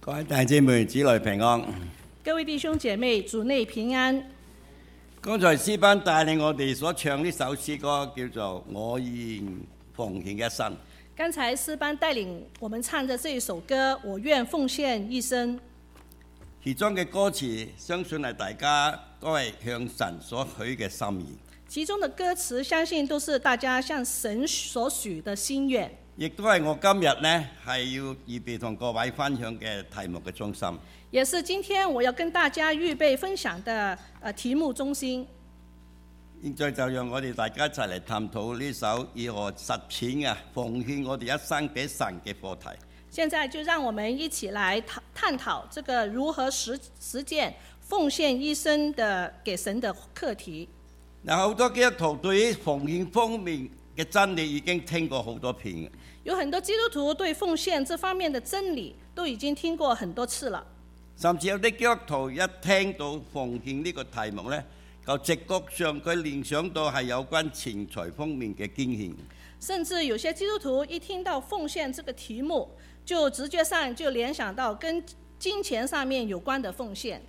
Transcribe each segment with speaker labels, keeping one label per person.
Speaker 1: 各位弟兄姊妹、子女平安。
Speaker 2: 各位弟兄姐妹，主内平安。
Speaker 1: 剛才詩班帶領我哋所唱呢首詩歌叫做《我願奉獻一生》。
Speaker 2: 刚才诗班带领我们唱的这一首歌《我愿奉献一生》，
Speaker 1: 其中嘅歌詞，相信係大家都係向神所許嘅心意，
Speaker 2: 其中的歌词相信都是大家向神所许的心愿，
Speaker 1: 亦都係我今日呢係要預備同各位分享嘅題目嘅中心。
Speaker 2: 也是今天我要跟大家预备分享的呃题目中心。
Speaker 1: 現在就讓我哋大家一齊嚟探討呢首以何實踐啊奉獻我哋一生俾神嘅課題。
Speaker 2: 现在就让我们一起来探探讨这个如何实实践奉献一生的给神的课题。
Speaker 1: 嗱，好多基督徒對於奉獻方面嘅真理已經聽過好多遍嘅。
Speaker 2: 有很多基督徒对奉献这方面的真理都已经听过很多次了。
Speaker 1: 甚至有啲基督徒一聽到奉獻呢個題目呢，就直覺上佢聯想到係有關錢財方面嘅捐獻。
Speaker 2: 甚至有些基督徒一听到奉献这个题目，就直觉上就联想到跟金钱上面有关的奉献。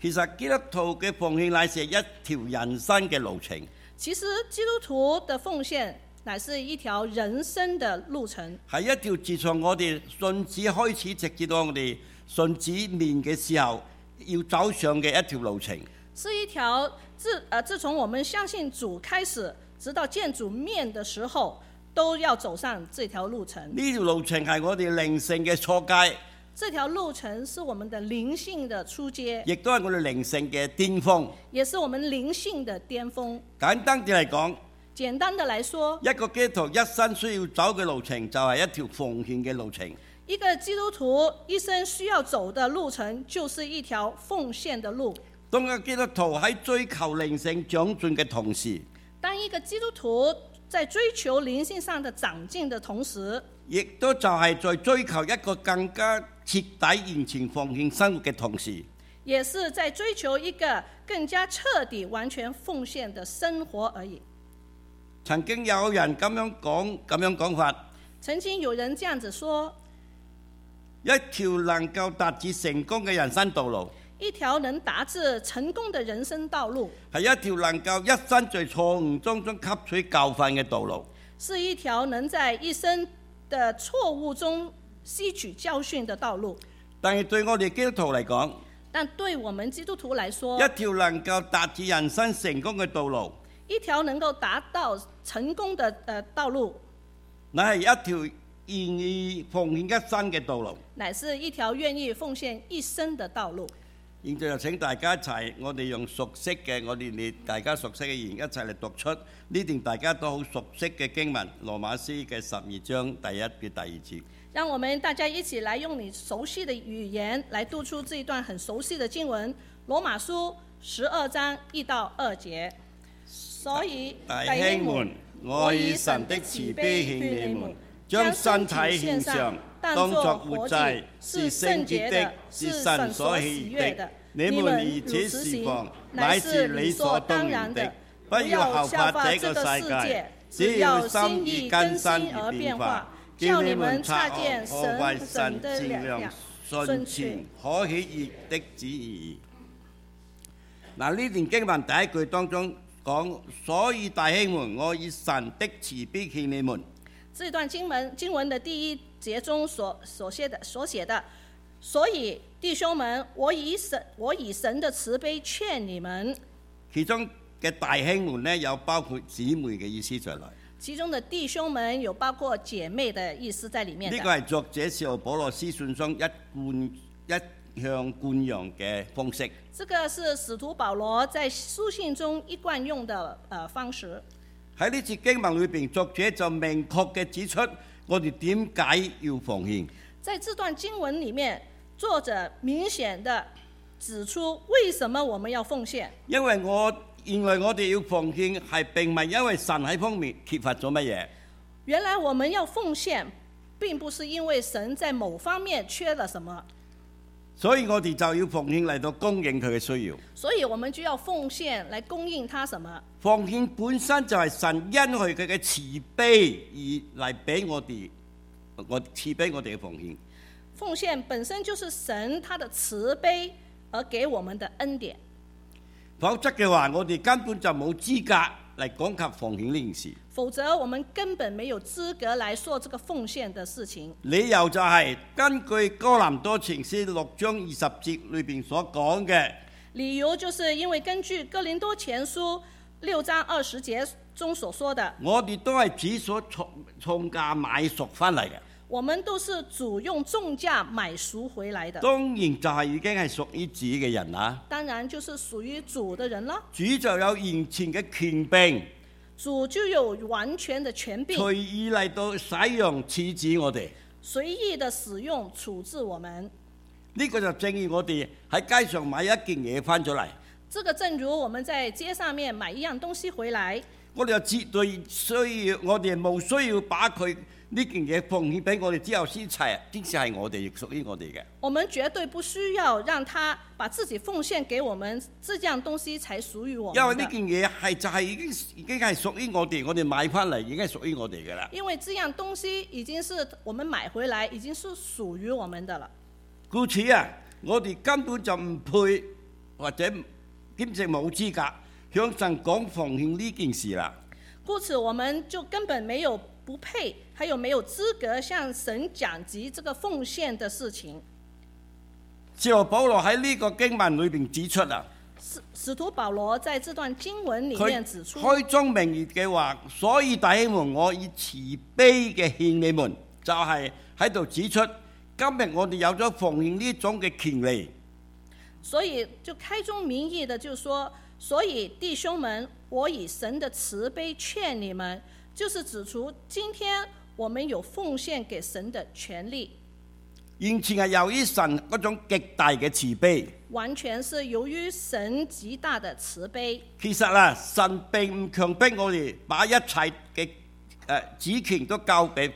Speaker 1: 其實基督徒嘅奉獻乃是一條人生嘅路程，
Speaker 2: 其实基督徒的奉献乃是一条人生的路程，
Speaker 1: 係一條自從我哋信子開始，直至到我哋信子面嘅時候，要走上嘅一條路程。
Speaker 2: 是一条自呃自从我们相信主开始，直到见主面的时候，都要走上这条路程。
Speaker 1: 呢條路程係我哋靈性嘅初階，
Speaker 2: 这条路程是我们的灵性的出街，
Speaker 1: 亦都係我哋靈性嘅巔峰。
Speaker 2: 也是我们灵性的巅峰。
Speaker 1: 簡單啲嚟講。
Speaker 2: 简单的来说，
Speaker 1: 一個基督徒一生需要走嘅路程就係一條奉獻嘅路程。
Speaker 2: 一个基督徒一生需要走的路程，就是一条奉献的路。
Speaker 1: 當一個基督徒喺追求靈性長進嘅同時，
Speaker 2: 当一个基督徒在追求灵性上的长进的同时，
Speaker 1: 亦都就係在追求一個更加徹底完全奉獻生活嘅同時，
Speaker 2: 也是在追求一个更加彻底、完全奉献的生活而已。
Speaker 1: 曾經有人咁樣講咁樣講法：
Speaker 2: 曾经有人这样子说：
Speaker 1: 一條能夠達至成功嘅人生道路，
Speaker 2: 一条能达至成功的人生道路，
Speaker 1: 係一條能夠一生在錯誤當中吸取教訓嘅道路。
Speaker 2: 是一条能在一生的错误中吸取教训的道路。
Speaker 1: 但係對我哋基督徒嚟講，
Speaker 2: 但对我们基督徒来说，
Speaker 1: 一條能夠達至人生成功嘅道路。
Speaker 2: 一条能够达到成功的呃道路，
Speaker 1: 乃係一條願意奉獻一生嘅道路。
Speaker 2: 乃是一条愿意奉献一生的道路。
Speaker 1: 現在就請大家一齊，我哋用熟悉嘅，我哋你大家熟悉嘅語言一齊嚟讀出呢段大家都好熟悉嘅經文《羅馬書》嘅十二章第一至第二節。
Speaker 2: 让我们大家一起来用你熟悉的语言来读出这一段很熟悉的经文，《罗马书》十二章一到二节。所以，
Speaker 1: 弟兄們，我以神的慈悲勸你們，將身體獻上，當作活祭，是聖潔的，是神所喜悅的。你們如此侍奉，乃是理所當然的。不要效法這個世界，只要心意更新而變化，叫你們察驗何為神善良、純全、可喜悅的旨意。嗱，呢段經文第一句當中講，所以弟兄們，我以神的慈悲勸你們。
Speaker 2: 这段经文经文的第一节中所所写的所写的，所以弟兄们，我以神我以神的慈悲劝你们，
Speaker 1: 其中嘅弟兄們呢，有包括姊妹嘅意思在內。呢
Speaker 2: 其中的弟兄们有包括姐妹的意思在里面
Speaker 1: 個
Speaker 2: 的。
Speaker 1: 係作者使徒保羅斯信中一貫一向貫揚嘅方式。
Speaker 2: 这个是使徒保罗在书信中一贯用的呃方式。
Speaker 1: 喺呢節經文裏邊，作者就明確嘅指出，我哋點解要奉獻？
Speaker 2: 在这段经文里面，作者明显的指出为什么我们要奉献，
Speaker 1: 因為我原來我哋要奉獻係並唔係因為神喺方面缺乏咗乜嘢。
Speaker 2: 原来我们要奉献，并不是因为神在某方面缺了什么，
Speaker 1: 所以我哋就要奉獻嚟到供應佢嘅需要。
Speaker 2: 所以我们就要奉獻来供應他什么。
Speaker 1: 奉獻本身就係神因佢佢嘅慈悲而嚟俾我哋，我賜俾我哋嘅奉獻。
Speaker 2: 奉献本身就是神他的慈悲而给我们的恩典，
Speaker 1: 否則嘅話，我哋根本就冇資格嚟講及奉獻呢件事。
Speaker 2: 否则我们根本没有资格来说这个奉献的事情。
Speaker 1: 理由就係根據哥林多前書六章二十節裏邊所講嘅，
Speaker 2: 理由就是因为根据哥林多前书六章二十节中所说的，
Speaker 1: 我哋都係指所重重價買贖翻嚟嘅。
Speaker 2: 我们都是主用重价买赎回来的。
Speaker 1: 當然就係已經係屬於主嘅人啦。
Speaker 2: 当然就是属于主的人了，
Speaker 1: 主就有完全嘅權柄，
Speaker 2: 主就有完全的权柄，
Speaker 1: 隨意嚟到使用處置我哋。
Speaker 2: 随意的使用处置我们。
Speaker 1: 呢、個就正如我哋喺街上買一件嘢翻咗嚟，
Speaker 2: 这个正如我们在街上面买一样东西回来，
Speaker 1: 我哋就絕對需要，我哋冇需要把佢呢件嘢奉獻俾我哋之後先齊，先至啊係我哋屬於我哋嘅。
Speaker 2: 我们绝对不需要让他把自己奉献给我们，这样东西才属于我
Speaker 1: 因為
Speaker 2: 们
Speaker 1: 呢
Speaker 2: 的。
Speaker 1: 件嘢係就係已經已經係屬於我哋，我哋買翻嚟已經係屬於我哋㗎啦。
Speaker 2: 因为这样东西已经是我们买回来，已经是属于我们的了。
Speaker 1: 故此啊，我哋根本就唔配或者兼且冇資格向神講奉獻呢件事啦。
Speaker 2: 故此，我们就根本没有不配，还有没有资格向神讲及这个奉献的事情。
Speaker 1: 使徒保羅喺呢個經文裏邊指出啊，
Speaker 2: 使使徒保罗在这段经文里
Speaker 1: 佢
Speaker 2: 面指出，
Speaker 1: 開宗明義嘅話，所以弟兄們，我以慈悲嘅獻你們，就係喺度指出，今日我哋有咗奉獻呢種嘅權利。
Speaker 2: 所以就开宗明义的就说，所以弟兄们，我以神的慈悲劝你们，就是指出今天我们有奉献给神的权利，
Speaker 1: 完全係由於神嗰種極大嘅慈悲。
Speaker 2: 完全是由于神极大的慈悲。
Speaker 1: 其實啊，神並唔強迫我哋把一切嘅誒主權都交俾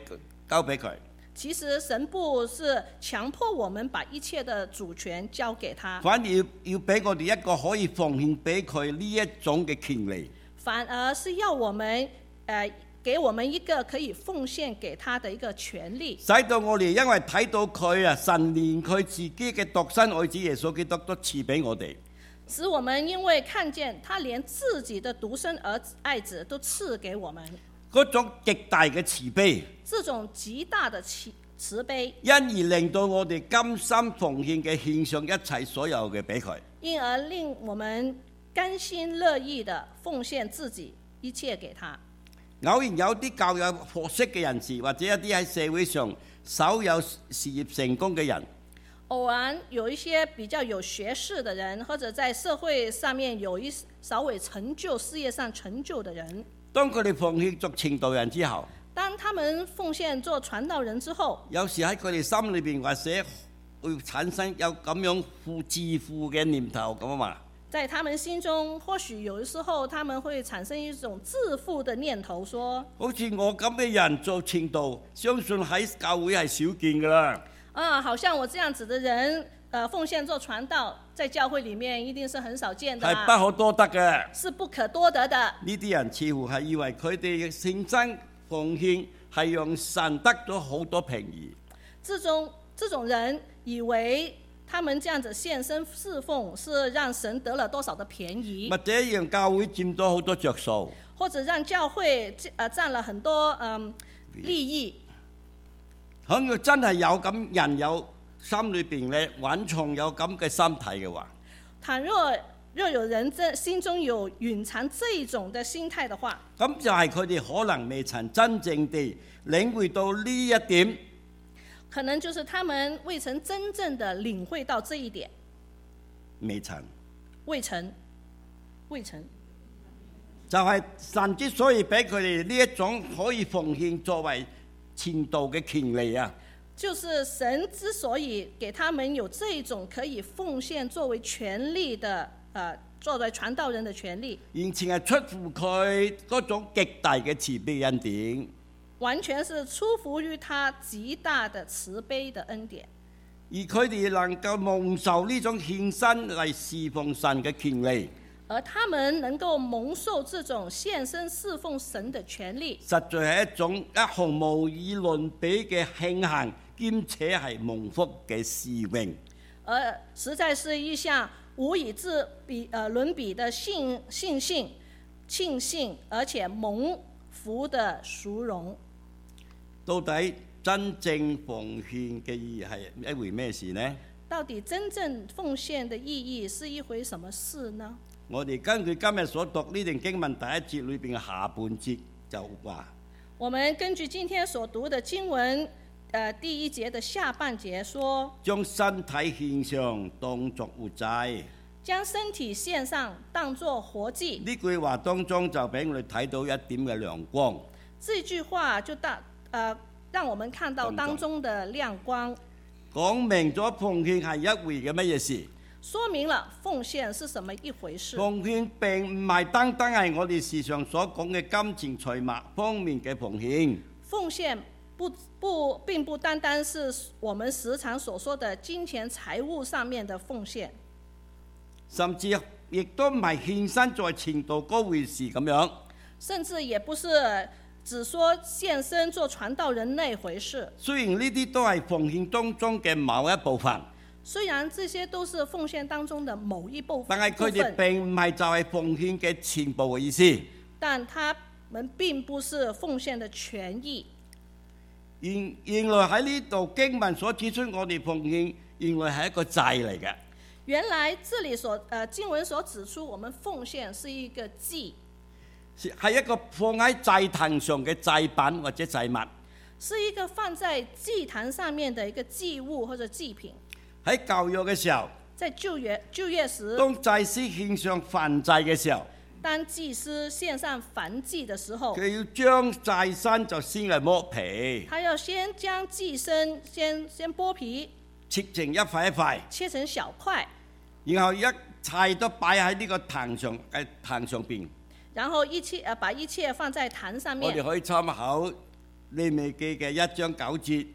Speaker 1: 交俾佢，
Speaker 2: 其实神不是强迫我们把一切的主权交给他，
Speaker 1: 反而要要俾我哋一個可以奉獻俾佢呢一種嘅權利。
Speaker 2: 反而是要我们，呃，给我们一个可以奉献给他的一个权利，
Speaker 1: 使到我哋因為睇到佢啊，神連佢自己嘅獨生愛子耶穌基督都賜俾我哋，
Speaker 2: 使我们因为看见他连自己的独生儿子爱子都赐给我们，
Speaker 1: 嗰種極大嘅慈悲，
Speaker 2: 这种极大的慈慈悲，
Speaker 1: 因而令到我哋甘心奉獻嘅獻上一切所有嘅俾佢。
Speaker 2: 因而令我们甘心乐意的奉献自己一切给他。
Speaker 1: 偶然有啲教有學識嘅人士，或者一啲喺社會上稍有事業成功嘅人，
Speaker 2: 偶然有一些比较有学识的人，或者在社会上面有一稍微成就、事业上成就的人，
Speaker 1: 當佢哋奉獻作傳道人之後，
Speaker 2: 当他们奉献做传道人之后，
Speaker 1: 有時喺佢哋心裏邊或者會產生有咁樣富致富嘅念頭咁啊嘛。
Speaker 2: 在他们心中，或许有的时候他们会产生一种自负的念头，说
Speaker 1: 好似我咁嘅人做傳道，相信喺教會係少見㗎啦。：“
Speaker 2: 啊，好像我这样子的人，呃，奉献做传道，在教会里面一定是很少见的
Speaker 1: 係
Speaker 2: 啦，
Speaker 1: 不可多得嘅。
Speaker 2: 是不可多得的。
Speaker 1: 呢啲人似乎係以為佢哋嘅獻身奉獻係讓神得咗好多便宜。
Speaker 2: 这种这种人以为他们这样子献身侍奉是让神得了多少的便宜
Speaker 1: 或，者讓教會佔咗好多着數。
Speaker 2: 或者让教会呃占了很多嗯利益。
Speaker 1: 倘若真係有咁人有心裏邊咧隱藏有咁嘅心態嘅話，
Speaker 2: 倘若呃若有人这心中有蕴藏这种的心态的话，
Speaker 1: 咁就係佢哋可能未曾真正地領會到呢一點，
Speaker 2: 可能就是他们未曾真正的领会到这一点，
Speaker 1: 未曾
Speaker 2: 未曾，未曾。
Speaker 1: 就係、神之所以俾佢哋呢一種可以奉獻作為前道嘅權利啊，
Speaker 2: 就是神之所以给他们有这种可以奉献作为权利的，呃，作为传道人的权利，
Speaker 1: 完全係出乎佢嗰種極大嘅慈悲恩典。
Speaker 2: 完全是出乎于他极大的慈悲的恩典。
Speaker 1: 而佢哋能夠蒙受呢種獻身嚟侍奉神嘅權利，
Speaker 2: 而他们能够蒙受这种献身侍奉神的权利，
Speaker 1: 實在係一種一毫無以論比嘅慶幸兼且係蒙福嘅事榮。
Speaker 2: 而实在是一项无以自比呃伦比的幸幸幸庆幸，而且蒙福的殊荣。
Speaker 1: 到底真正奉獻嘅意義係一回咩事呢？
Speaker 2: 到底真正奉献的意义是一回什么事呢？
Speaker 1: 我哋根據今日所讀呢段經文第一節裏邊嘅下半節就話。
Speaker 2: 我们根据今天所读的经文，呃，第一节的下半节说，
Speaker 1: 將身體獻上當作活祭。
Speaker 2: 将身体献上当作活祭。
Speaker 1: 呢句話當中就俾我哋睇到一點嘅亮光。
Speaker 2: 这句话就大呃，让我们看到当中的亮光，
Speaker 1: 講明咗奉獻係一回嘅乜嘢事？
Speaker 2: 说明了奉献是什么一回事。
Speaker 1: 奉獻並唔係單單係我哋時常所講嘅金錢財物方面嘅奉獻。
Speaker 2: 奉献不不，并不单单是我们时常所说的金钱财务上面的奉献，
Speaker 1: 甚至亦都唔係獻身在前度嗰回事咁樣，
Speaker 2: 甚至也不是只说献身做传道人那回事。
Speaker 1: 雖然呢啲都係奉獻當中嘅某一部分，
Speaker 2: 虽然这些都是奉献当中的某一部分，
Speaker 1: 但係佢
Speaker 2: 部分
Speaker 1: 哋並唔係就係奉獻嘅全部嘅意思。
Speaker 2: 但他们并不是奉献的权益。
Speaker 1: 原原來喺呢度經文所指出，我哋奉獻原來係一個祭嚟嘅，
Speaker 2: 原来这里所呃经文所指出，我们奉献是一个祭，
Speaker 1: 是係一個放喺祭壇上嘅祭品或者祭物。
Speaker 2: 是一个放在祭坛上面的一个祭物或者祭品。
Speaker 1: 喺舊約嘅時候，
Speaker 2: 在旧约旧约时，
Speaker 1: 當祭司獻上燔祭嘅時候，
Speaker 2: 当祭司献上燔祭的时候，
Speaker 1: 佢要將祭身就先嚟剝皮，
Speaker 2: 他要先将祭身先先剥皮，
Speaker 1: 切成一塊一塊，
Speaker 2: 切成小块，
Speaker 1: 然後一切都擺喺呢個壇上誒壇上邊。
Speaker 2: 然后一切呃把一切放在坛上
Speaker 1: 我哋
Speaker 2: 面。
Speaker 1: 可以參考利未記嘅一章九節。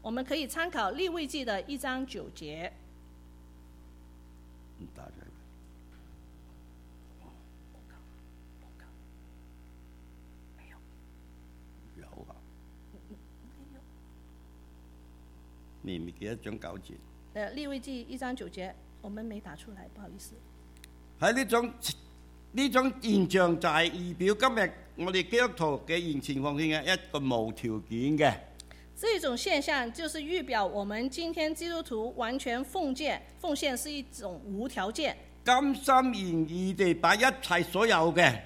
Speaker 2: 我们可以参考立位记的一章九节。
Speaker 1: 唔打佢。有啊。你唔記得張九字？
Speaker 2: 呃，立位记一章九节，我们没打出来，不好意思。
Speaker 1: 喺呢種呢種現象就係預表今日我哋基督徒嘅現前奉獻嘅一個無條件嘅。
Speaker 2: 这种现象就是预表我们今天基督徒完全奉献，奉献是一种无条件、
Speaker 1: 甘心願意地把一切所有嘅，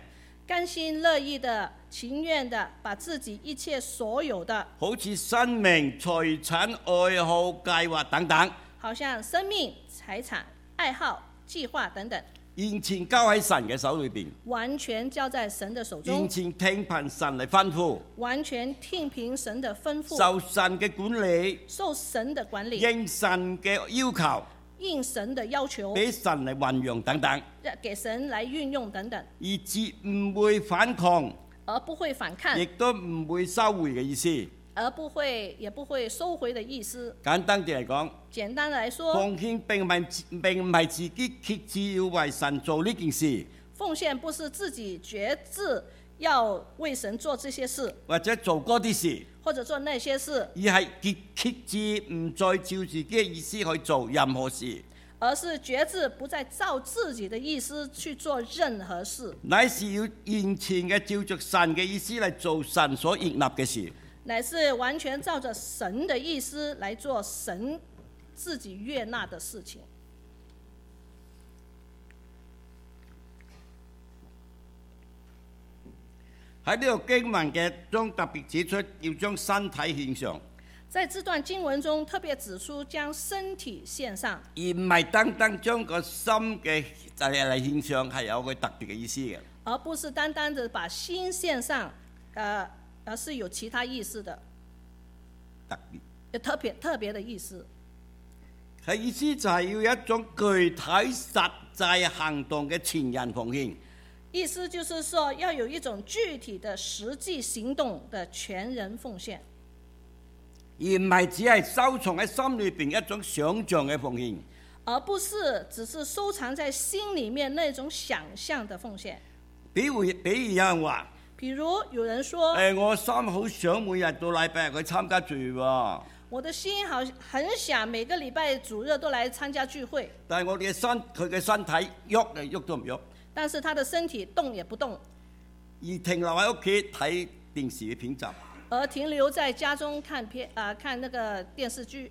Speaker 2: 甘心乐意的、情愿的，把自己一切所有的，
Speaker 1: 好似生命、財產、愛好、計劃等等，
Speaker 2: 好像生命、财产、爱好、计划等等，
Speaker 1: 現前交喺神嘅手裏邊。
Speaker 2: 完全交在神的手
Speaker 1: 完
Speaker 2: 中，
Speaker 1: 全聽憑神嚟吩咐，
Speaker 2: 完全听凭神的吩咐，
Speaker 1: 受神嘅管理，
Speaker 2: 受神的管理，
Speaker 1: 應神嘅要求，
Speaker 2: 应神的要求，
Speaker 1: 俾神嚟運用等等，
Speaker 2: 让给神来运用等等，
Speaker 1: 而絕唔會反抗，
Speaker 2: 而不会反抗
Speaker 1: 亦，都唔會收回嘅意思。
Speaker 2: 而不会也不会收回的意思。
Speaker 1: 簡單啲嚟講，
Speaker 2: 简单来说，
Speaker 1: 奉獻並唔係並唔係自己決志要為神做呢件事，
Speaker 2: 奉献不是自己觉志要为神做这些事，
Speaker 1: 或者做嗰啲事，
Speaker 2: 或者做那些事，
Speaker 1: 而係決決志唔再照自己嘅意思去做任何事，
Speaker 2: 而是觉志不再照自己的意思去做任何事，
Speaker 1: 乃是要完全嘅照着神嘅意思嚟做神所設立嘅事。
Speaker 2: 乃是完全照着神的意思来做神自己悦纳的事情。
Speaker 1: 喺呢度經文嘅中特別指出，要將身體獻上，
Speaker 2: 在这段经文中，特别指出将身体献上，
Speaker 1: 而唔係單單將個心嘅就係嚟獻上，係有佢特別嘅意思嘅。
Speaker 2: 而不是单单的把心献上，呃，而是有其他意思的，
Speaker 1: 特別
Speaker 2: 有特别特别的意思。
Speaker 1: 佢意思就係要有一種具體實際行動嘅前人奉獻，
Speaker 2: 意思就是说，要有一种具体的实际行动的全人奉献，
Speaker 1: 而唔係只係收藏喺心裏邊一種想像嘅奉獻。
Speaker 2: 而不是只是收藏在心里面那种想象的奉献。
Speaker 1: 比如比如有人話：
Speaker 2: 比如有人
Speaker 1: 誒、
Speaker 2: 说，
Speaker 1: 我心好想每日到禮拜日去參加聚會喎，
Speaker 2: 我的心好很想每个礼拜主日都来参加聚会，
Speaker 1: 但係我哋嘅身佢嘅身體喐嚟喐都唔喐，
Speaker 2: 但是他的身体动也不动，
Speaker 1: 而停留喺屋企睇電視嘅片集。
Speaker 2: 而停留在家中看片啊、看那个电视剧，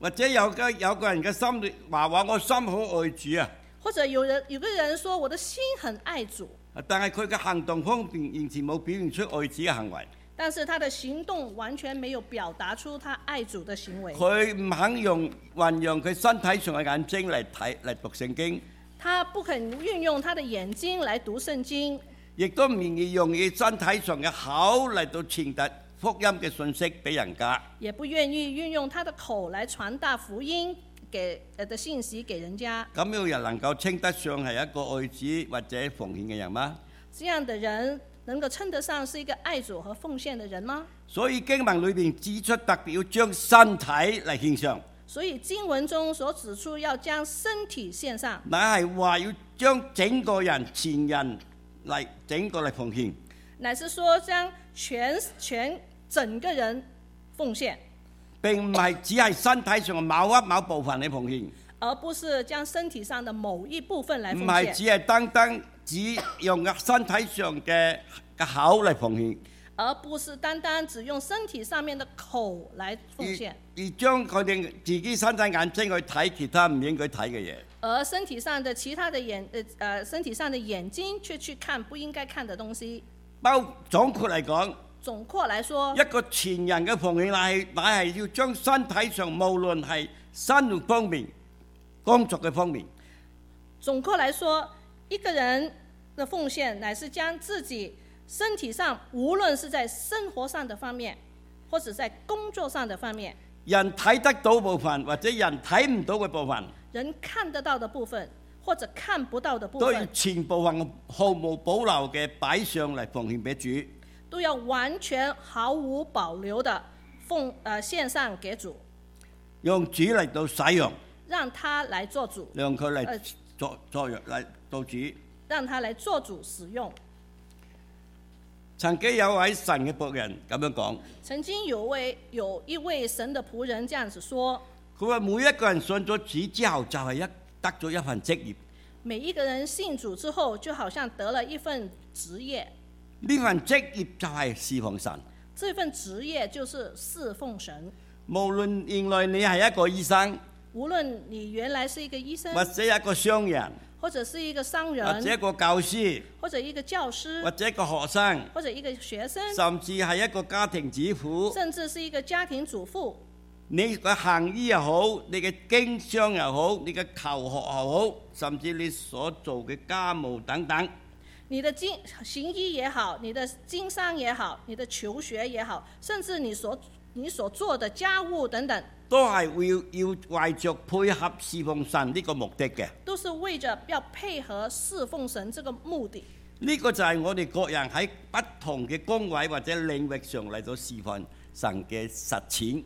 Speaker 1: 或者有個有個人嘅心裏話話我心好愛主啊，
Speaker 2: 或者有人有个人说我的心很爱主，
Speaker 1: 但係佢嘅行動方面完全冇表現出愛主嘅行為。
Speaker 2: 但是他的行动完全没有表达出他爱主的行为，
Speaker 1: 佢唔肯用運用佢身體上嘅眼睛嚟睇嚟讀聖經，
Speaker 2: 他不肯运用他的眼睛来读圣经，
Speaker 1: 亦都唔願意用佢身體上嘅口嚟到傳達福音嘅信息俾人家。
Speaker 2: 也不愿意运用他的口来传达福音给呃的信息给人家。
Speaker 1: 咁樣人能夠稱得上係一個愛子或者奉獻嘅人嗎？
Speaker 2: 这样的人能够称得上是一个爱主和奉献的人吗？
Speaker 1: 所以經文裏邊指出，特別要將身體嚟獻上，
Speaker 2: 所以经文中所指出要将身体献上，
Speaker 1: 乃係話要將整個人全人嚟整個嚟奉獻。
Speaker 2: 乃是说将全全整个人奉献，
Speaker 1: 並唔係只係身體上嘅某一某部分嚟奉獻，
Speaker 2: 而不是将身体上的某一部分来
Speaker 1: 唔
Speaker 2: 奉
Speaker 1: 係只
Speaker 2: 献，
Speaker 1: 係單單只用身體上嘅嘅口嚟奉獻，
Speaker 2: 而不是单单只用身体上面的口来
Speaker 1: 而
Speaker 2: 奉献，
Speaker 1: 而將佢哋自己身體眼睛去睇其他唔應該睇嘅嘢。
Speaker 2: 而身体上的其他的眼呃呃身体上的眼睛却去看不应该看的东西。
Speaker 1: 包總括嚟講，
Speaker 2: 总括来说，
Speaker 1: 一個前人嘅奉獻乃係乃係要將身體上無論係生活方面、工作嘅方面，
Speaker 2: 总括来说，一个人的奉献乃是将自己身体上，无论是在生活上的方面，或者在工作上的方面，
Speaker 1: 人睇得到部分或者人睇唔到嘅部分，
Speaker 2: 人看得到的部分，或者看不到的部
Speaker 1: 都要
Speaker 2: 分，
Speaker 1: 全部份毫無保留嘅擺上嚟奉獻俾主。
Speaker 2: 都要完全毫无保留的奉呃献上给主，
Speaker 1: 用主嚟到使用，
Speaker 2: 让他来做主，
Speaker 1: 讓佢嚟
Speaker 2: 呃
Speaker 1: 作作用嚟到主。
Speaker 2: 让他来做主使用。
Speaker 1: 曾經有位神嘅仆人咁樣講，
Speaker 2: 曾经有位有一位神的仆人这样子说：
Speaker 1: 佢話每一個人信咗主之後就係一得咗一份職業，
Speaker 2: 每一个人信主之后，就好像得了一份职业，
Speaker 1: 呢份職業就係侍奉神。
Speaker 2: 这份职业就是侍奉神。
Speaker 1: 無論原來你係一個醫生，
Speaker 2: 无论你原来是一个医生，
Speaker 1: 或者一個商人，
Speaker 2: 或者是一个嗯商
Speaker 1: 或者一
Speaker 2: 人，嗯
Speaker 1: 個教師，
Speaker 2: 或者一个教师
Speaker 1: 或，者一個學生，
Speaker 2: 或者一个学生，
Speaker 1: 甚至係一個家庭主婦，
Speaker 2: 甚至是一個家庭主妇，
Speaker 1: 你嘅行醫又好，你嘅經商又好，你嘅求學又好，甚至你所做嘅家務等等，
Speaker 2: 你的经行医也好，你的经商也好，你的求学也好，甚至你所你所做的家务等等，
Speaker 1: 都係會要為着配合侍奉神呢個目的嘅。
Speaker 2: 都是为着要配合侍奉神这个目的。
Speaker 1: 呢、個就係我哋各人喺不同嘅崗位或者領域上嚟到侍奉神嘅實踐。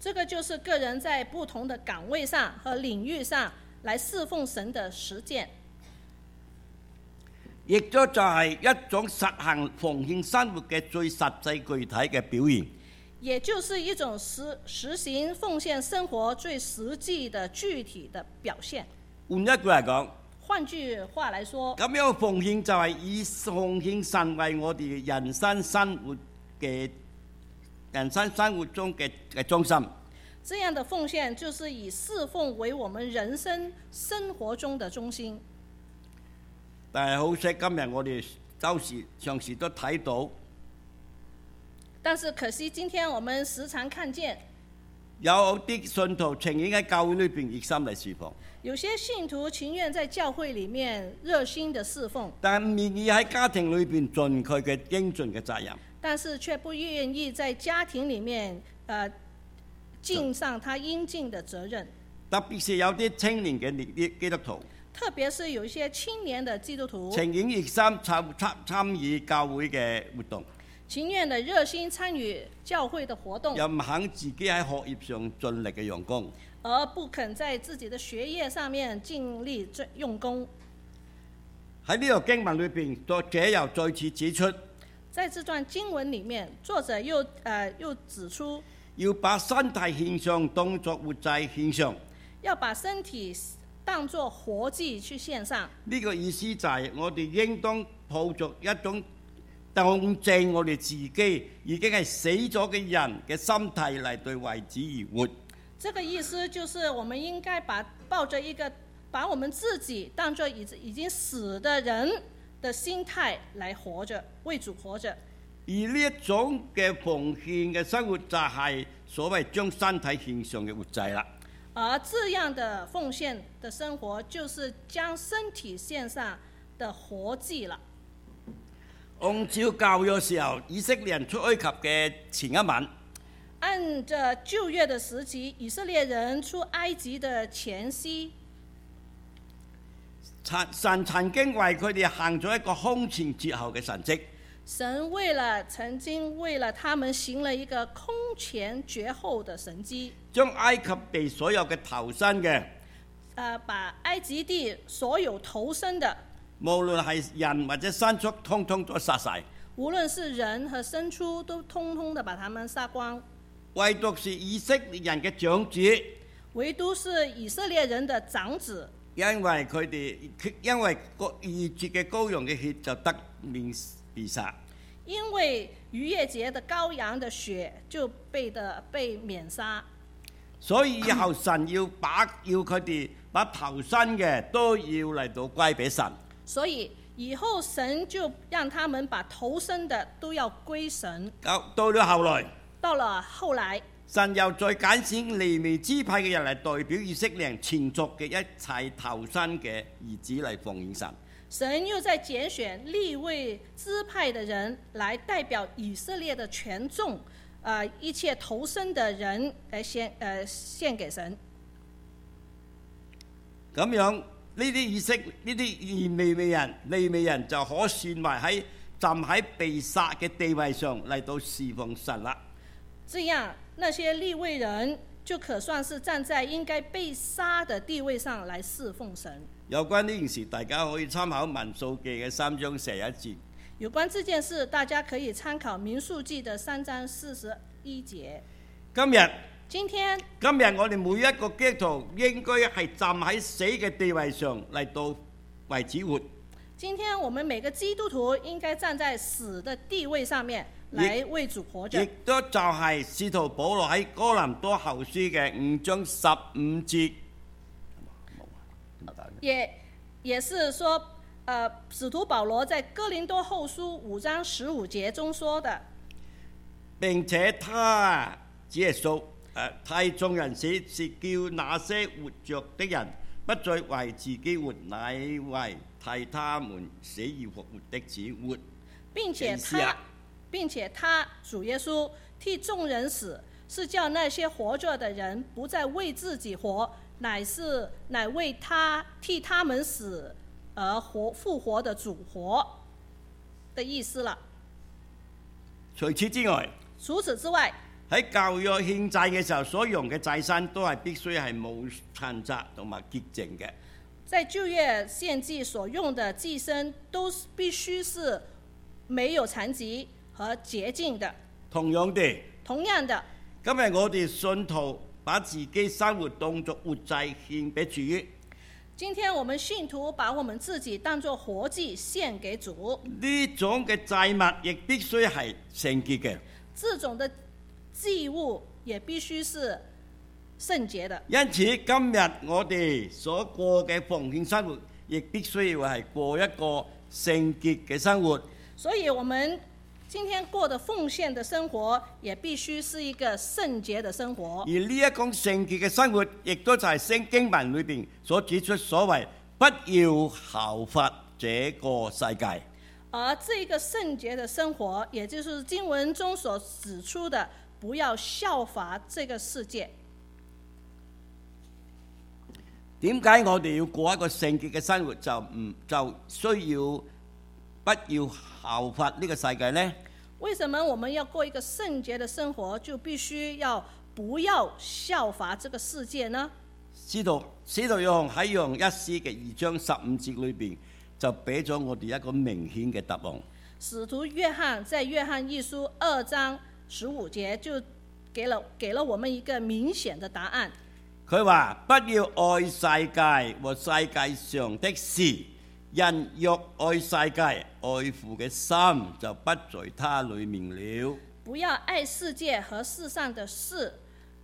Speaker 2: 这个就是个人在不同的岗位上和领域上来侍奉神的实践，
Speaker 1: 亦都就係一種實行奉獻生活嘅最實際具體嘅表現。
Speaker 2: 也就是一种实实行奉献生活最实际的具体的表现。
Speaker 1: 換一句嚟講，
Speaker 2: 换句話来说，
Speaker 1: 咁樣嘅奉獻就係以奉獻神為我哋人生生活嘅呃人生生活中嘅嘅中心。
Speaker 2: 这样的奉献就是以侍奉为我们人生生活中的中心。
Speaker 1: 但係好惜今日我哋周時常時都睇到
Speaker 2: 但是可惜，今天我们时常看见
Speaker 1: 有啲信徒情願喺教會裏邊熱心嚟侍奉，
Speaker 2: 有些信徒情愿在教会里面热心的侍奉，
Speaker 1: 但唔願意喺家庭裏邊盡佢嘅應盡嘅責任。
Speaker 2: 但是却不愿意在家庭里面呃尽上他应尽的责任。
Speaker 1: 特別是有啲青年嘅啲基督徒。
Speaker 2: 特别是有一些青年的基督徒，
Speaker 1: 情願熱心參參參與教會嘅活動，
Speaker 2: 情愿的热心参与教会的活动，
Speaker 1: 又唔肯自己喺學業上盡力嘅用功。
Speaker 2: 而不肯在自己的学业上面尽力最用功。
Speaker 1: 喺呢條經文裏邊，作者又再次指出，
Speaker 2: 在这段经文里面，作者又呃又指出，
Speaker 1: 要把身體獻上當作活祭獻上。
Speaker 2: 要把身体当作活祭去献上。
Speaker 1: 呢、個意思就係我哋應當抱着一種當正我哋自己已經係死咗嘅人嘅心態嚟對為子而活。
Speaker 2: 这个意思就是，我们应该把抱着一个把我们自己当作已已经死的人的心态来活着，为主活着。
Speaker 1: 而呢一種嘅奉獻嘅生活就係所謂將身體獻上嘅活祭啦。
Speaker 2: 而这样的奉献的生活，就是将身体献上的活祭了。
Speaker 1: 按照教育嘅時候，以色列人出埃及嘅前一晚，
Speaker 2: 按着旧约的时期，以色列人出埃及的前夕，
Speaker 1: 神神曾經為佢哋行咗一個空前絕後嘅神蹟。
Speaker 2: 神为了曾经为了他们行了一个空前绝后的神迹，
Speaker 1: 將埃及地所有嘅投身嘅，
Speaker 2: 呃，把埃及地所有投生的，
Speaker 1: 無論係人或者牲畜，通通都殺晒。
Speaker 2: 无论是人和牲畜，都通通的把他们杀光，
Speaker 1: 唯獨是以色列人嘅長子，
Speaker 2: 唯独是以色列人的长子，
Speaker 1: 因為佢哋因為個逾節嘅羔羊嘅血就得免被殺。
Speaker 2: 因为逾越节的羔羊的血就被的被免杀，
Speaker 1: 所以以後神要把要佢哋把投身嘅都要嚟到歸俾神。
Speaker 2: 所以以后神就让他们把投生的都要归神。
Speaker 1: 到到咗後來，
Speaker 2: 到了后来，
Speaker 1: 神又再揀選利未支派嘅人嚟代表以色列人前族嘅一切投身嘅兒子嚟奉獻神。
Speaker 2: 神又在拣选立位支派的人来代表以色列的权众，呃，一切投生的人来献呃献给神。
Speaker 1: 咁樣呢啲以色呢啲利未人利未人就可算為喺站喺被殺嘅地位上嚟到侍奉神啦。
Speaker 2: 这样，那些立位人就可算是站在应该被杀的地位上来侍奉神。
Speaker 1: 有關呢件事，大家可以參考民數記嘅三章四一節。
Speaker 2: 有关这件事，大家可以参考《民数记》的三章四十一节。
Speaker 1: 今日
Speaker 2: 今天，
Speaker 1: 今日我哋每一個基督徒應該係站喺死嘅地位上嚟到為止活，
Speaker 2: 今天我们每个基督徒应该站在死的地位上面来为主活
Speaker 1: 亦
Speaker 2: 着。
Speaker 1: 都就係使徒保羅喺哥林多後書嘅五章十五節。
Speaker 2: 也也是说，呃，使徒保罗在哥林多后书五章十五节中说的，
Speaker 1: 並且他只係數誒替眾人死，是叫那些活着的人不再為自己活，乃為替他們死而復活的子活。
Speaker 2: 并且
Speaker 1: 等一下
Speaker 2: 他，并且他主耶稣替众人死，是叫那些活着的人不再为自己活，乃是乃为他替他们死而活复活的主活的意思了。
Speaker 1: 除此之外，
Speaker 2: 除此之外，
Speaker 1: 喺教育獻祭嘅時候所用嘅祭牲都係必須係冇殘疾同埋潔淨嘅。
Speaker 2: 在就业献祭所用的祭牲都是必须是没有残疾和洁净的。
Speaker 1: 同樣地，
Speaker 2: 同样的，
Speaker 1: 今日我哋信徒把自己生活當作活祭獻俾主。
Speaker 2: 今天我们信徒把我们自己当作活祭献给主，
Speaker 1: 呢種嘅債物亦必須係聖潔嘅，
Speaker 2: 这种的祭物也必须是圣洁的。
Speaker 1: 因此今日我哋所過嘅奉獻生活，亦必須要係過一個聖潔嘅生活。
Speaker 2: 所以，我们今天过的奉献的生活，也必须是一个圣洁的生活
Speaker 1: 而。呢一種聖潔嘅生活，亦都就係聖經文裏邊所指出所謂不要效法這個世界。
Speaker 2: 而这个圣洁的生活，也就是经文中所指出的，不要效法这个世界。
Speaker 1: 點解我哋要過一個聖潔嘅生活，就唔就需要不要效法呢個世界呢？
Speaker 2: 为什么我们要过一个圣洁的生活，就必须要不要效法这个世界呢？
Speaker 1: 使徒使徒約翰喺約翰一書嘅二章十五節裏邊就俾咗我哋一個明顯嘅答案。
Speaker 2: 使徒约翰在约翰一书二章十五节就给了给了我们一个明显的答案。
Speaker 1: 佢話：不要愛世界和世界上的事。人若愛世界，愛父嘅心就不在他裡面了。
Speaker 2: 不要爱世界和世上的事，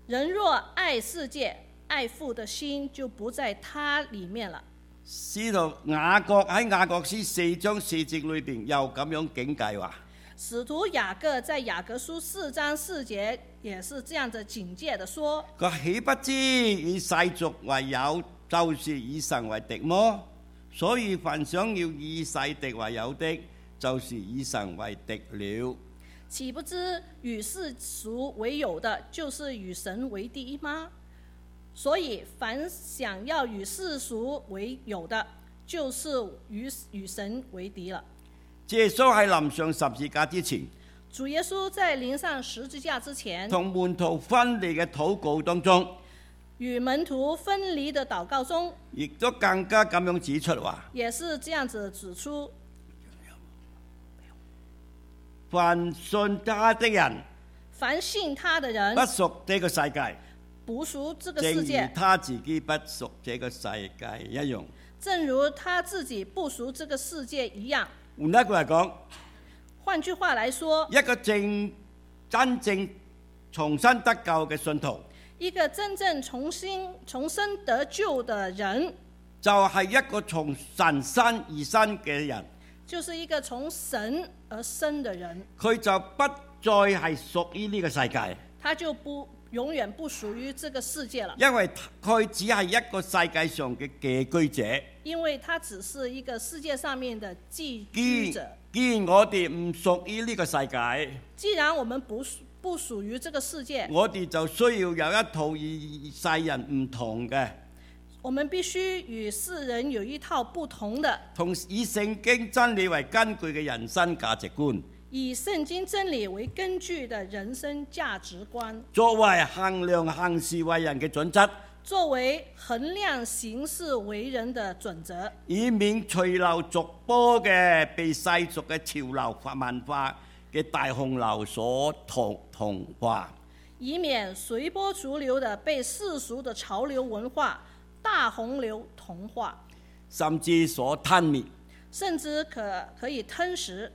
Speaker 2: 人若爱世界，爱父的心就不在他里面了。
Speaker 1: 使徒雅各喺雅各書四章四節裏邊又咁樣警戒話：
Speaker 2: 使徒雅各在雅各书四章四节也是这样的警戒的说
Speaker 1: 佢話岂不知以世俗為友，就是以神為敵麼？所以凡想要以世敵為友的，就是以神為敵了。：“
Speaker 2: 岂不知与世俗为友的，就是与神为敌吗？”所以，凡想要与世俗为友的，就是与与神为敌了。
Speaker 1: 耶穌喺臨上十字架之前，
Speaker 2: 主耶稣在临上十字架之前，
Speaker 1: 同門徒分離嘅禱告當中，
Speaker 2: 与门徒分离的祷告中，
Speaker 1: 亦都更加咁樣指出話：
Speaker 2: 也是这样子指出：
Speaker 1: 凡信他的人，
Speaker 2: 凡信他的人
Speaker 1: 不，屬這個世界，
Speaker 2: 不属这个
Speaker 1: 正
Speaker 2: 嗯世界
Speaker 1: 如，他自己不屬這個世界一樣。
Speaker 2: 正如他自己不属这个世界一样。
Speaker 1: 換一句嚟講，
Speaker 2: 换句话来说，
Speaker 1: 一個正真正重新得救嘅信徒，
Speaker 2: 一个真正重新重生得救的人，
Speaker 1: 就係、一個從神生而生嘅人，
Speaker 2: 就是一个从神而生的人，
Speaker 1: 佢就不再係屬於呢個世界，
Speaker 2: 他就不永远不属于这个世界了，
Speaker 1: 因為佢只係一個世界上嘅寄居者。
Speaker 2: 因为他只是一个世界上面的寄居
Speaker 1: 既
Speaker 2: 者。
Speaker 1: 既然我哋唔屬於呢個世界，
Speaker 2: 既然我们不属不属于这个世界，
Speaker 1: 我哋就需要有一套與世人唔同嘅，
Speaker 2: 我们必须与世人有一套不同的、
Speaker 1: 同以聖經真理為根據嘅人生價值觀，
Speaker 2: 以圣经真理为根据的人生价值观，
Speaker 1: 作為衡量行事為人嘅準則。
Speaker 2: 作为衡量行事为人的准则。
Speaker 1: 以免隨流逐波嘅被世俗嘅潮流化文化嘅大洪流所同同化。
Speaker 2: 以免随波逐流的被世俗的潮流文化、大洪流同化，
Speaker 1: 甚至所吞滅。
Speaker 2: 甚至可可以吞食。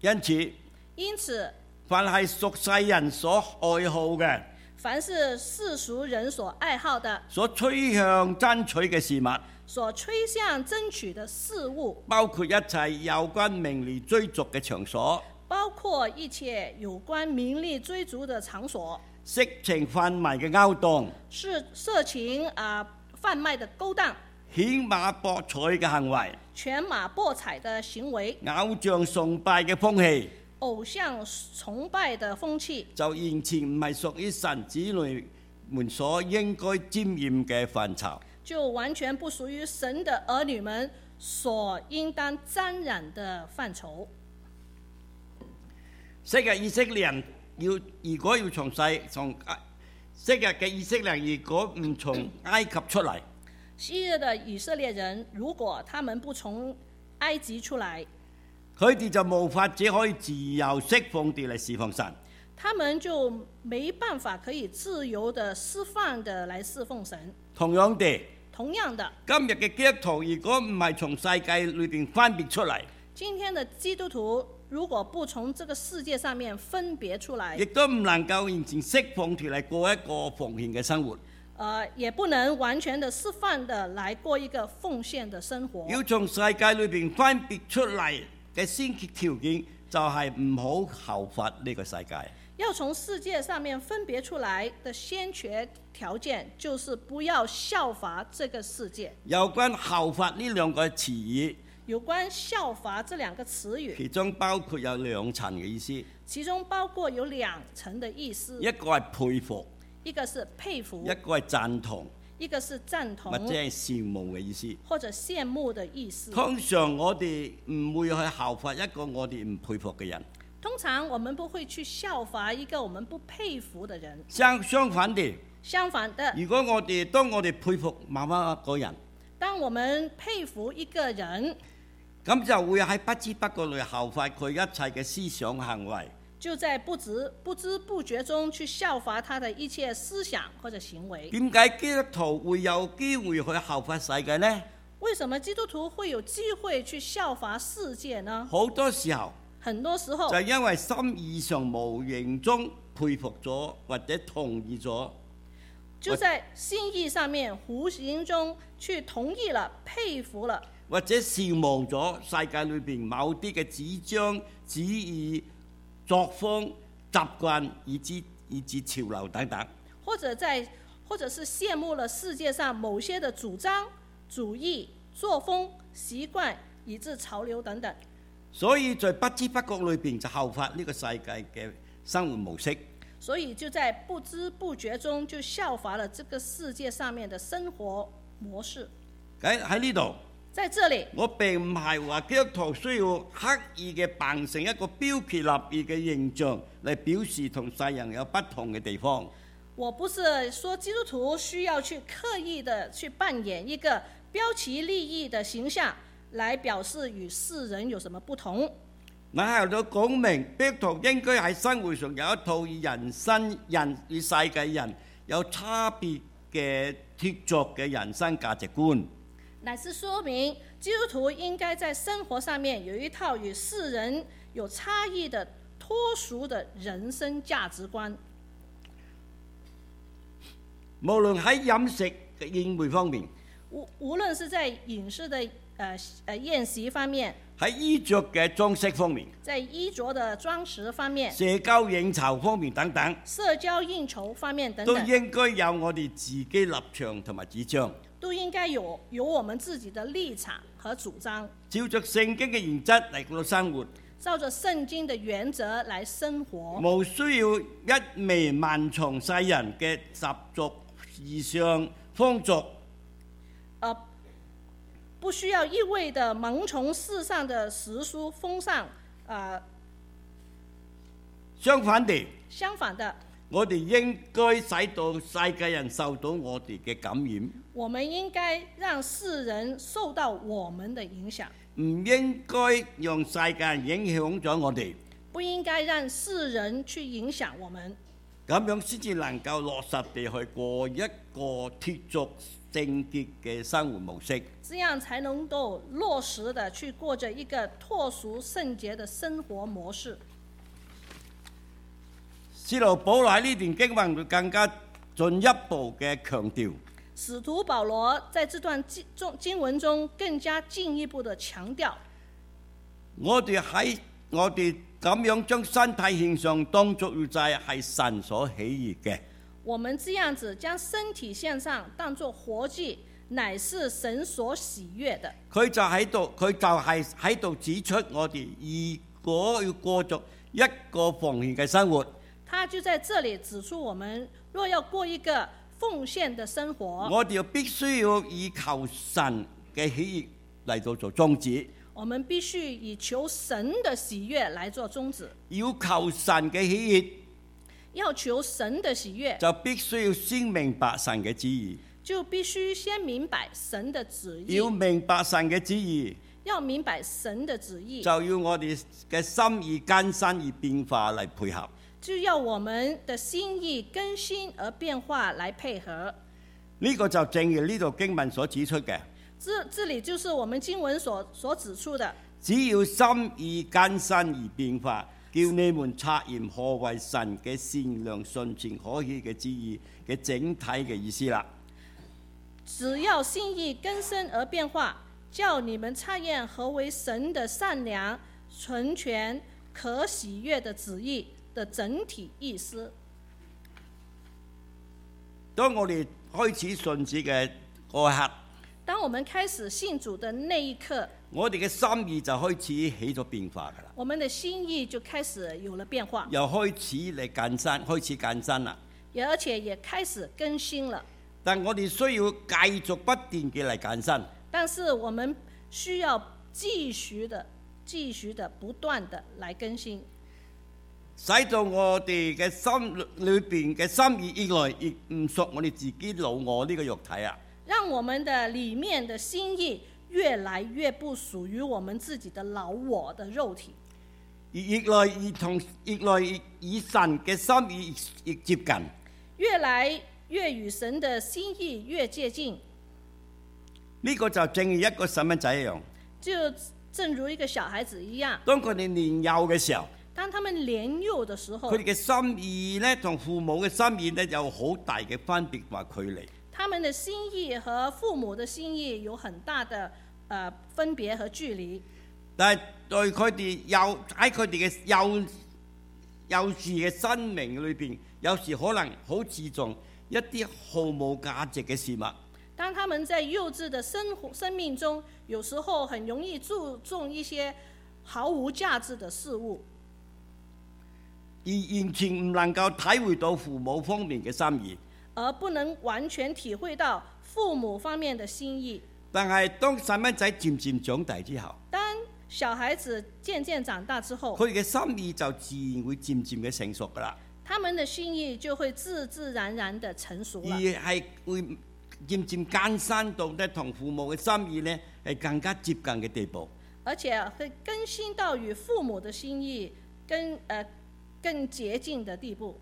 Speaker 1: 因此，
Speaker 2: 因此，
Speaker 1: 凡係屬世人所愛好嘅、
Speaker 2: 凡是世俗人所爱好的、
Speaker 1: 所趨向爭取嘅事物，
Speaker 2: 所吹向争取的事物，
Speaker 1: 包括一切有關名利追逐嘅場所、
Speaker 2: 包括一切有关名利追逐的场所，
Speaker 1: 色情範圍嘅勾當、
Speaker 2: 是色情啊、贩卖的勾当、
Speaker 1: 顯馬博彩嘅行為、
Speaker 2: 犬马博彩的行为、
Speaker 1: 偶像崇拜嘅風氣。
Speaker 2: 偶像崇拜的风气，
Speaker 1: 就完全唔係屬於神子女們所應該沾染嘅範疇。
Speaker 2: 就完全不属于神的儿女们所应当沾染的范畴。
Speaker 1: 昔日以色列人要如果要從世從埃昔日嘅以色列人如果唔從埃及出嚟，
Speaker 2: 昔日的以色列人，如果他们不从埃及出来，
Speaker 1: 佢哋就無法只可以自由釋放地嚟侍奉神。
Speaker 2: 他们就没办法可以自由的、释放的来侍奉神。
Speaker 1: 同樣地，
Speaker 2: 同样的，
Speaker 1: 今日嘅基督徒如果唔係從世界裏邊分別出嚟，
Speaker 2: 今天的基督徒如果不从这个世界上面分别出来
Speaker 1: 亦，都唔能夠完全釋放條嚟過一個奉獻嘅生活。
Speaker 2: 呃，也不能完全的释放的来过一个奉献的生活。
Speaker 1: 要從世界裏邊分別出嚟嘅先決條件，就係唔好效法呢個世界。
Speaker 2: 要从世界上面分别出来的先决条件，就是不要效法这个世界。
Speaker 1: 有關效法呢兩個詞語，
Speaker 2: 有关“效法”这两个词语，
Speaker 1: 其中包括有兩層嘅意思，一
Speaker 2: 其中包括有两层的意思，
Speaker 1: 個係佩服，
Speaker 2: 一个是佩服
Speaker 1: 一，個係贊同
Speaker 2: 一个是赞同
Speaker 1: 或者係羨慕嘅意思。
Speaker 2: 或者羡慕的意思。
Speaker 1: 通常我哋唔會去效法一個我哋唔佩服嘅人，
Speaker 2: 通常我们不会去效法一个我们不佩服的人，
Speaker 1: 相相反地，
Speaker 2: 相反的，
Speaker 1: 如果我哋當我哋佩服某一個人，
Speaker 2: 当我们佩服一个人，
Speaker 1: 咁就會喺不知不覺裏效法佢一切嘅思想行為。
Speaker 2: 就在不知不知不觉中去效法他的一切思想或者行为。
Speaker 1: 點解基督徒會有機會去效法世界呢？
Speaker 2: 为什么基督徒会有机会去效法世界呢？
Speaker 1: 好多時候
Speaker 2: 很多时候
Speaker 1: 就係因為心意上無形中佩服咗或者同意咗，
Speaker 2: 就在心意上面无形中去同意了、佩服了，
Speaker 1: 或者羨慕咗世界裏邊某啲嘅主張、旨意、作風、習慣，以至以至潮流等等。
Speaker 2: 或者在或者是羡慕了世界上某些的主张、主义、作风、习惯，以致潮流等等。
Speaker 1: 所以在不知不覺裏邊就效法呢個世界嘅生活模式。
Speaker 2: 所以就在不知不觉中就效法了这个世界上面的生活模式。
Speaker 1: 喺喺呢度，
Speaker 2: 在这里，
Speaker 1: 我並唔係話基督徒需要刻意嘅扮成一個標奇立異嘅形象嚟表示同世人有不同嘅地方。
Speaker 2: 我不是说基督徒需要去刻意的去扮演一个标奇立异的形象，来表示与世人有什么不同。
Speaker 1: 乃係度講明，基督徒應該喺生活上有一套以人生人與世界人有差別嘅脱俗嘅人生價值觀。
Speaker 2: 乃是说明基督徒应该在生活上面有一套与世人有差异的脱俗的人生价值观。
Speaker 1: 無論喺飲食嘅宴會方面，
Speaker 2: 无无论是在饮食的呃呃宴席方面，
Speaker 1: 喺衣着嘅裝飾方面，
Speaker 2: 在衣着的装饰方面、
Speaker 1: 社交應酬方面等等，
Speaker 2: 社交应酬方面等
Speaker 1: 都
Speaker 2: 等，
Speaker 1: 應該有我哋自己立場同埋主張。
Speaker 2: 都应该有有我们自己的立场和主张，
Speaker 1: 照着聖經嘅原則嚟到生活，
Speaker 2: 照着圣经的原则来生活，
Speaker 1: 無需要一味盲從世人嘅習俗、時尚、風俗。
Speaker 2: 呃，不需要一味的盲从世上的时俗风尚，呃，
Speaker 1: 相反地，
Speaker 2: 相反的，
Speaker 1: 我哋應該使到世界人受到我哋嘅感染，
Speaker 2: 我们应该让世人受到我们的影响，
Speaker 1: 唔應該讓世界人影響咗我哋，
Speaker 2: 不应该让世人去影响我们，
Speaker 1: 咁樣先至能夠落實地去過一個脱俗正潔嘅生活模式。
Speaker 2: 这样才能够落实的去过着一个脱俗圣洁的生活模式。
Speaker 1: 斯路保羅喺呢段經文會更加進一步嘅強調，
Speaker 2: 使徒保罗在这段经中经文中更加进一步的强调，
Speaker 1: 我哋喺我哋咁樣將身體獻上當作要祭，係神所喜悦嘅。
Speaker 2: 我们这样子将身体献上当作活祭，乃是神所喜悦的。
Speaker 1: 佢就喺度，佢就係喺度指出我哋如果要過續一個奉獻嘅生活，
Speaker 2: 他就在这里指出，我们若要过一个奉献的生活，
Speaker 1: 我哋又必須要以求神嘅喜悦嚟到做宗旨，
Speaker 2: 我们必须以求神的喜悦来做宗旨。
Speaker 1: 要求神嘅喜悦
Speaker 2: 要求神的喜悦，
Speaker 1: 就必須要先明白神嘅旨意，
Speaker 2: 就必须先明白神的旨意，
Speaker 1: 要明白神嘅旨意
Speaker 2: 要明白神的旨意，
Speaker 1: 就要我哋嘅心意更新而變化嚟配合。
Speaker 2: 就要我们的心意更新而变化来配合。
Speaker 1: 呢、個就正如呢度經文所指出嘅，
Speaker 2: 这这里就是我们经文所所指出的，
Speaker 1: 只要心意更新而變化，叫你們察驗何為神嘅善良、純全、可喜嘅旨意嘅整體嘅意思啦。
Speaker 2: 只要心意更深而变化，叫你们察验何为神的善良、纯全、可喜悦的旨意的整体意思。
Speaker 1: 當我哋開始信主嘅嗰一刻，
Speaker 2: 当我们开始信主的那一刻，
Speaker 1: 我哋嘅心意就開始起咗變化㗎啦，
Speaker 2: 我们的心意就开始有了变化，
Speaker 1: 又開始嚟更新，開始更新啦。
Speaker 2: 也而且也开始更新了。
Speaker 1: 但我哋需要繼續不斷嘅嚟更新，
Speaker 2: 但是我们需要继续的、继续的、不断的来更新，
Speaker 1: 使到我哋嘅心裏邊嘅心意以外，亦唔屬我哋自己老我呢個肉體啊。
Speaker 2: 让我们的里面的心意越来越不属于我们自己的老我的肉体。
Speaker 1: 越來越同越來越與神嘅心越越接近，
Speaker 2: 越來越與神的心意越接近。
Speaker 1: 呢、個就正如一個細蚊仔一樣。
Speaker 2: 就正如一個小孩子一樣，
Speaker 1: 當佢哋年幼嘅時候，
Speaker 2: 當他們年幼的時候
Speaker 1: 佢，哋嘅心意咧同父母嘅心意咧有好大嘅分別或距離。
Speaker 2: 他們的心意和父母的心意有很大的呃分別和距離。
Speaker 1: 但係對佢哋幼喺佢哋嘅幼幼稚嘅生命裏邊，有時可能好注重一啲毫無價值嘅事物。
Speaker 2: 當他們在幼稚的生活生命中，有時候很容易注重一些毫無價值的事物，
Speaker 1: 而完全唔能夠體會到父母方面嘅心意。
Speaker 2: 而不能完全體會到父母方面的心意。
Speaker 1: 但係當細蚊仔漸漸長大之後，
Speaker 2: 當小孩子漸漸長大之後，
Speaker 1: 佢哋嘅心意就自然會漸漸嘅成熟噶啦，
Speaker 2: 他們的心意就會自自然然的成熟
Speaker 1: 而
Speaker 2: 了，
Speaker 1: 係會漸漸艱辛到咧同父母嘅心意咧係更加接近嘅地步。
Speaker 2: 而且會更新到與父母的心意更呃更接近的地步。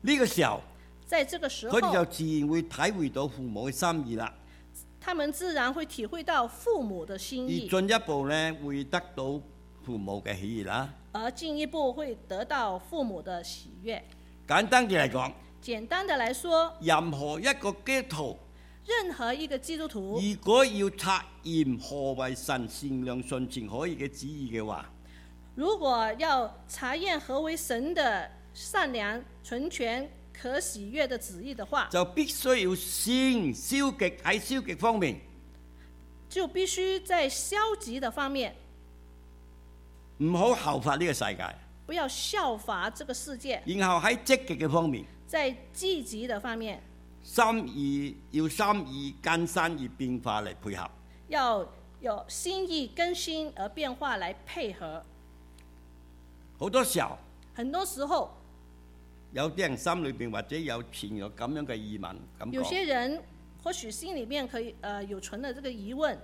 Speaker 1: 呢、個時候，
Speaker 2: 在這個時
Speaker 1: 佢哋就
Speaker 2: 候，
Speaker 1: 自然會體會到父母嘅心意啦，
Speaker 2: 他們自然會體會到父母的心
Speaker 1: 而
Speaker 2: 意，
Speaker 1: 進一步咧會得到父母嘅喜悅啦。
Speaker 2: 而進一步會得到父母的喜悅。
Speaker 1: 簡單啲嚟講，
Speaker 2: 簡單的來說，
Speaker 1: 任何一個基督徒，
Speaker 2: 任何一個基督徒
Speaker 1: 如果要察驗何為神善良、純情可以嘅旨意嘅話，
Speaker 2: 如果要查驗何為神的善良、純全、可喜悦的旨意的话，
Speaker 1: 就必須要先消極喺消極方面，
Speaker 2: 就必须在消极的方面，
Speaker 1: 唔好效法呢個世界；
Speaker 2: 不要效法这个世界；
Speaker 1: 然後喺積極嘅方面，
Speaker 2: 在积极的方面，
Speaker 1: 心意要心意更新而變化嚟配合。
Speaker 2: 要有心意更新而变化来配合。
Speaker 1: 好多時候，
Speaker 2: 很多时候，
Speaker 1: 有啲人心裏邊或者有存有咁樣嘅疑問，咁
Speaker 2: 有
Speaker 1: 講，
Speaker 2: 些人或许心里面可以呃有存了这个疑问：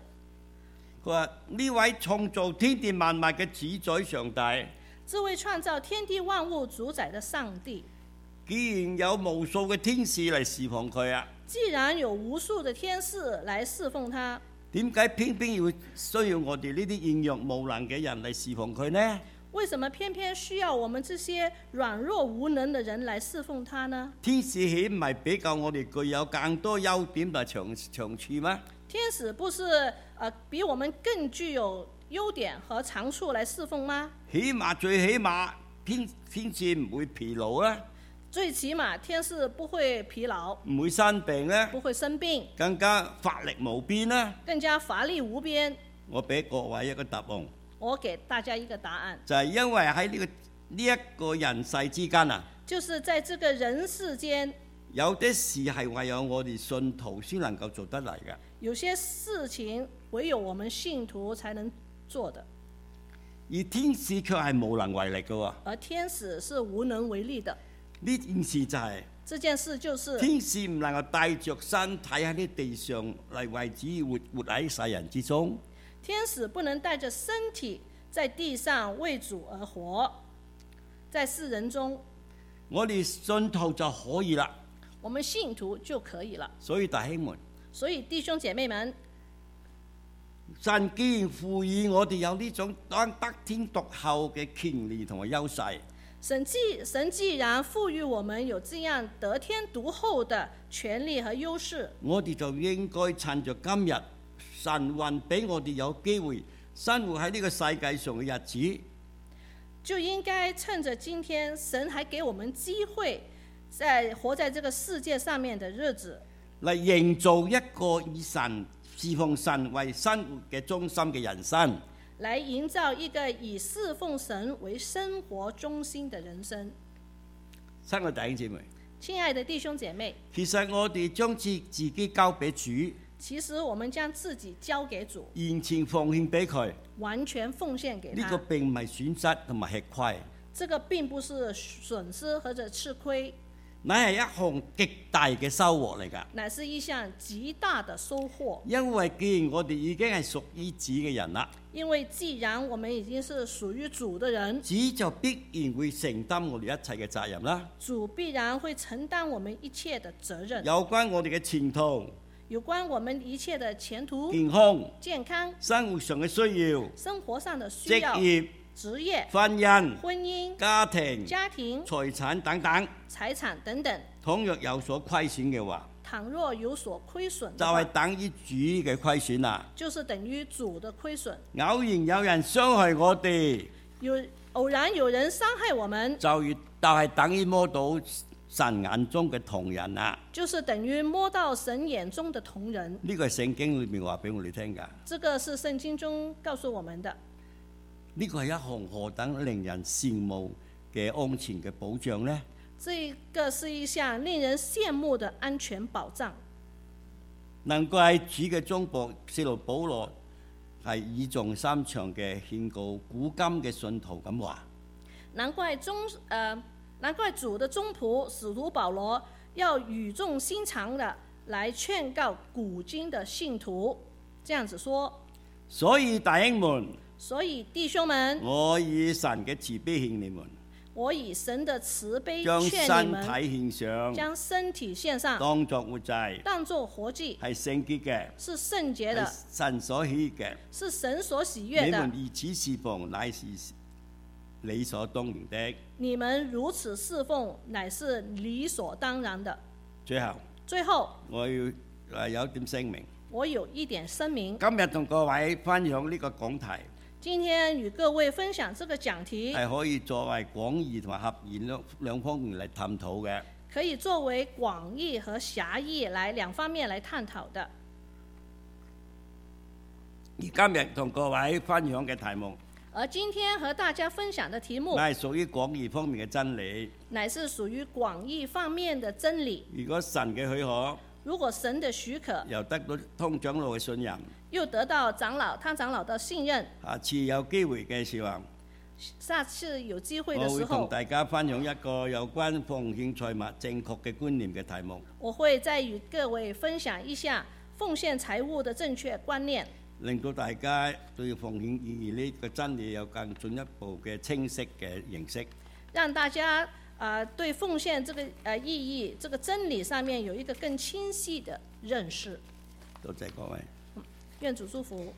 Speaker 1: 佢話呢位創造天地萬物嘅主宰上帝。
Speaker 2: 这位创造天地万物主宰的上帝，
Speaker 1: 既然有無數嘅天使嚟侍奉佢啊，
Speaker 2: 既然有无数的天使来侍奉他，
Speaker 1: 點解偏偏要需要我哋呢啲軟弱無能嘅人嚟侍奉佢呢？
Speaker 2: 为什么偏偏需要我们这些软弱无能的人来侍奉他呢？
Speaker 1: 天使豈唔係比較我哋具有更多優點同長長處咩？
Speaker 2: 天使不是呃比我们更具有优点和长处来侍奉吗？
Speaker 1: 起碼最起碼天天使唔會疲勞啦，
Speaker 2: 最起码天使不会疲劳，
Speaker 1: 唔會生病啦，
Speaker 2: 不会生病，
Speaker 1: 更加法力無邊啦。
Speaker 2: 更加乏力无边。
Speaker 1: 我俾各位一個答案，
Speaker 2: 我給大家一个答案，
Speaker 1: 就係、因為喺呢、個呢一、個人世之間啊，
Speaker 2: 就是在这个人世间，
Speaker 1: 有啲事係唯有我哋信徒先能夠做得嚟嘅。
Speaker 2: 有些事情唯有我们信徒才能做的，
Speaker 1: 而天使卻係無能為力嘅喎。
Speaker 2: 而天使是无能为力的。
Speaker 1: 呢件事就係、
Speaker 2: 这件事就是
Speaker 1: 天使唔能夠帶着身體喺呢地上嚟為止活活喺世人之中。
Speaker 2: 天使不能带着身体在地上为主而活，在世人中，
Speaker 1: 我哋信徒就可以啦。
Speaker 2: 我们信徒就可以了。
Speaker 1: 所以弟兄們，
Speaker 2: 所以弟兄姐妹们，
Speaker 1: 神既然賦予我哋有呢種當得天獨厚嘅權利同埋優勢，
Speaker 2: 神既神既然赋予我们有这样得天独厚的权利和优势，
Speaker 1: 我哋就應該趁着今日神運俾我哋有機會生活喺呢個世界上嘅日子。
Speaker 2: 就应该趁着今天神还给我们机会，在活在这个世界上面的日子，
Speaker 1: 嚟營造一個以神侍奉神為生活嘅中心嘅人生。
Speaker 2: 来营造一个以侍奉神为生活中心的人生。
Speaker 1: 親愛弟兄姊妹，
Speaker 2: 亲爱的弟兄姐妹，
Speaker 1: 其實我哋將自自己交俾主，
Speaker 2: 其实我们将自己交给主，
Speaker 1: 完全奉獻俾佢，
Speaker 2: 完全奉献给
Speaker 1: 呢、
Speaker 2: 他。
Speaker 1: 個並唔係損失同埋吃虧，
Speaker 2: 这个并不是损失或者吃亏，
Speaker 1: 乃係一項極大嘅收穫嚟㗎。
Speaker 2: 乃是一项极大的收获。
Speaker 1: 因為既然我哋已經係屬於子嘅人啦，
Speaker 2: 因为既然我们已经是属于主的人，
Speaker 1: 子就必然會承擔我哋一切嘅責任啦。
Speaker 2: 主必然会承担我们一切的责任，
Speaker 1: 有關我哋嘅前途、
Speaker 2: 有关我们一切的前途、
Speaker 1: 健康、
Speaker 2: 健康、
Speaker 1: 生活上嘅需要、
Speaker 2: 生活上的需要
Speaker 1: 職、業、
Speaker 2: 职业、
Speaker 1: 婚姻、
Speaker 2: 婚姻、
Speaker 1: 家庭、
Speaker 2: 家庭、
Speaker 1: 財產等等。
Speaker 2: 财产等等。
Speaker 1: 倘若有所虧損嘅話，
Speaker 2: 倘若有所亏损
Speaker 1: 就
Speaker 2: 的话，
Speaker 1: 係等於主嘅虧損啦。
Speaker 2: 就是等于主的亏损。
Speaker 1: 偶然有人傷害我哋，
Speaker 2: 有偶然有人伤害我们，
Speaker 1: 就越就係等於摸到神眼中嘅同人啦。
Speaker 2: 就是等于摸到神眼中的同人。
Speaker 1: 呢、個係聖經裏面話俾我哋聽㗎。
Speaker 2: 这个是圣經中告诉我们的。
Speaker 1: 呢個係一項何等令人羨慕嘅安全嘅保障呢？
Speaker 2: 这个是一项令人羡慕的安全保障。
Speaker 1: 能夠喺主嘅中博，使徒保羅係以重三長嘅勸告古今嘅信徒咁話：
Speaker 2: 难怪中呃，难怪主的中仆使徒保罗要语重心长的来劝告古今的信徒，这样子说。
Speaker 1: 所以弟兄們，
Speaker 2: 所以弟兄们，
Speaker 1: 我以神嘅慈悲勸你們，
Speaker 2: 我以神的慈悲
Speaker 1: 將
Speaker 2: 劝
Speaker 1: 身
Speaker 2: 你
Speaker 1: 體
Speaker 2: 们，
Speaker 1: 獻上，
Speaker 2: 将身体献上，
Speaker 1: 當作活祭，係
Speaker 2: 当作活祭，
Speaker 1: 聖潔嘅，
Speaker 2: 是圣洁
Speaker 1: 係
Speaker 2: 的，
Speaker 1: 神所喜嘅。
Speaker 2: 是神所喜悦
Speaker 1: 哎你
Speaker 2: 的
Speaker 1: 們。以此事奉，乃是理所當然的。
Speaker 2: 你们如此侍奉，乃是理所当然的。
Speaker 1: 最後，
Speaker 2: 最後，
Speaker 1: 我要誒有一點聲明。
Speaker 2: 我有一点声明，
Speaker 1: 今日同各位分享呢個講題，
Speaker 2: 今天与各位分享这个講題，
Speaker 1: 係可以作為廣義同埋合言兩兩方面嚟探討嘅。
Speaker 2: 可以作為廣義和狹義來兩方面來探討的。
Speaker 1: 而今日同各位分享嘅題目，
Speaker 2: 而今天和大家分享的題目，
Speaker 1: 乃係屬於廣義方面嘅真理。
Speaker 2: 乃是屬於廣義方面的真理。
Speaker 1: 如果神嘅許可，
Speaker 2: 如果神的許可，
Speaker 1: 又得到通長老嘅信任，
Speaker 2: 又得到長老汤長老的信任，
Speaker 1: 下次有機會嘅時候，
Speaker 2: 下次有機會的
Speaker 1: 哦我會
Speaker 2: 時
Speaker 1: 同
Speaker 2: 候，
Speaker 1: 大家分享一個有關奉獻財物正確嘅觀念嘅題目。
Speaker 2: 我會再與各位分享一下奉獻財物的正確觀念。
Speaker 1: 令到大家對奉獻意義呢個真理有更進一步嘅清晰嘅認識。
Speaker 2: 让大家啊、呃对奉献这个呃意义、这个真理上面有一个更清晰的认识。
Speaker 1: 多謝各位。
Speaker 2: 愿主祝福。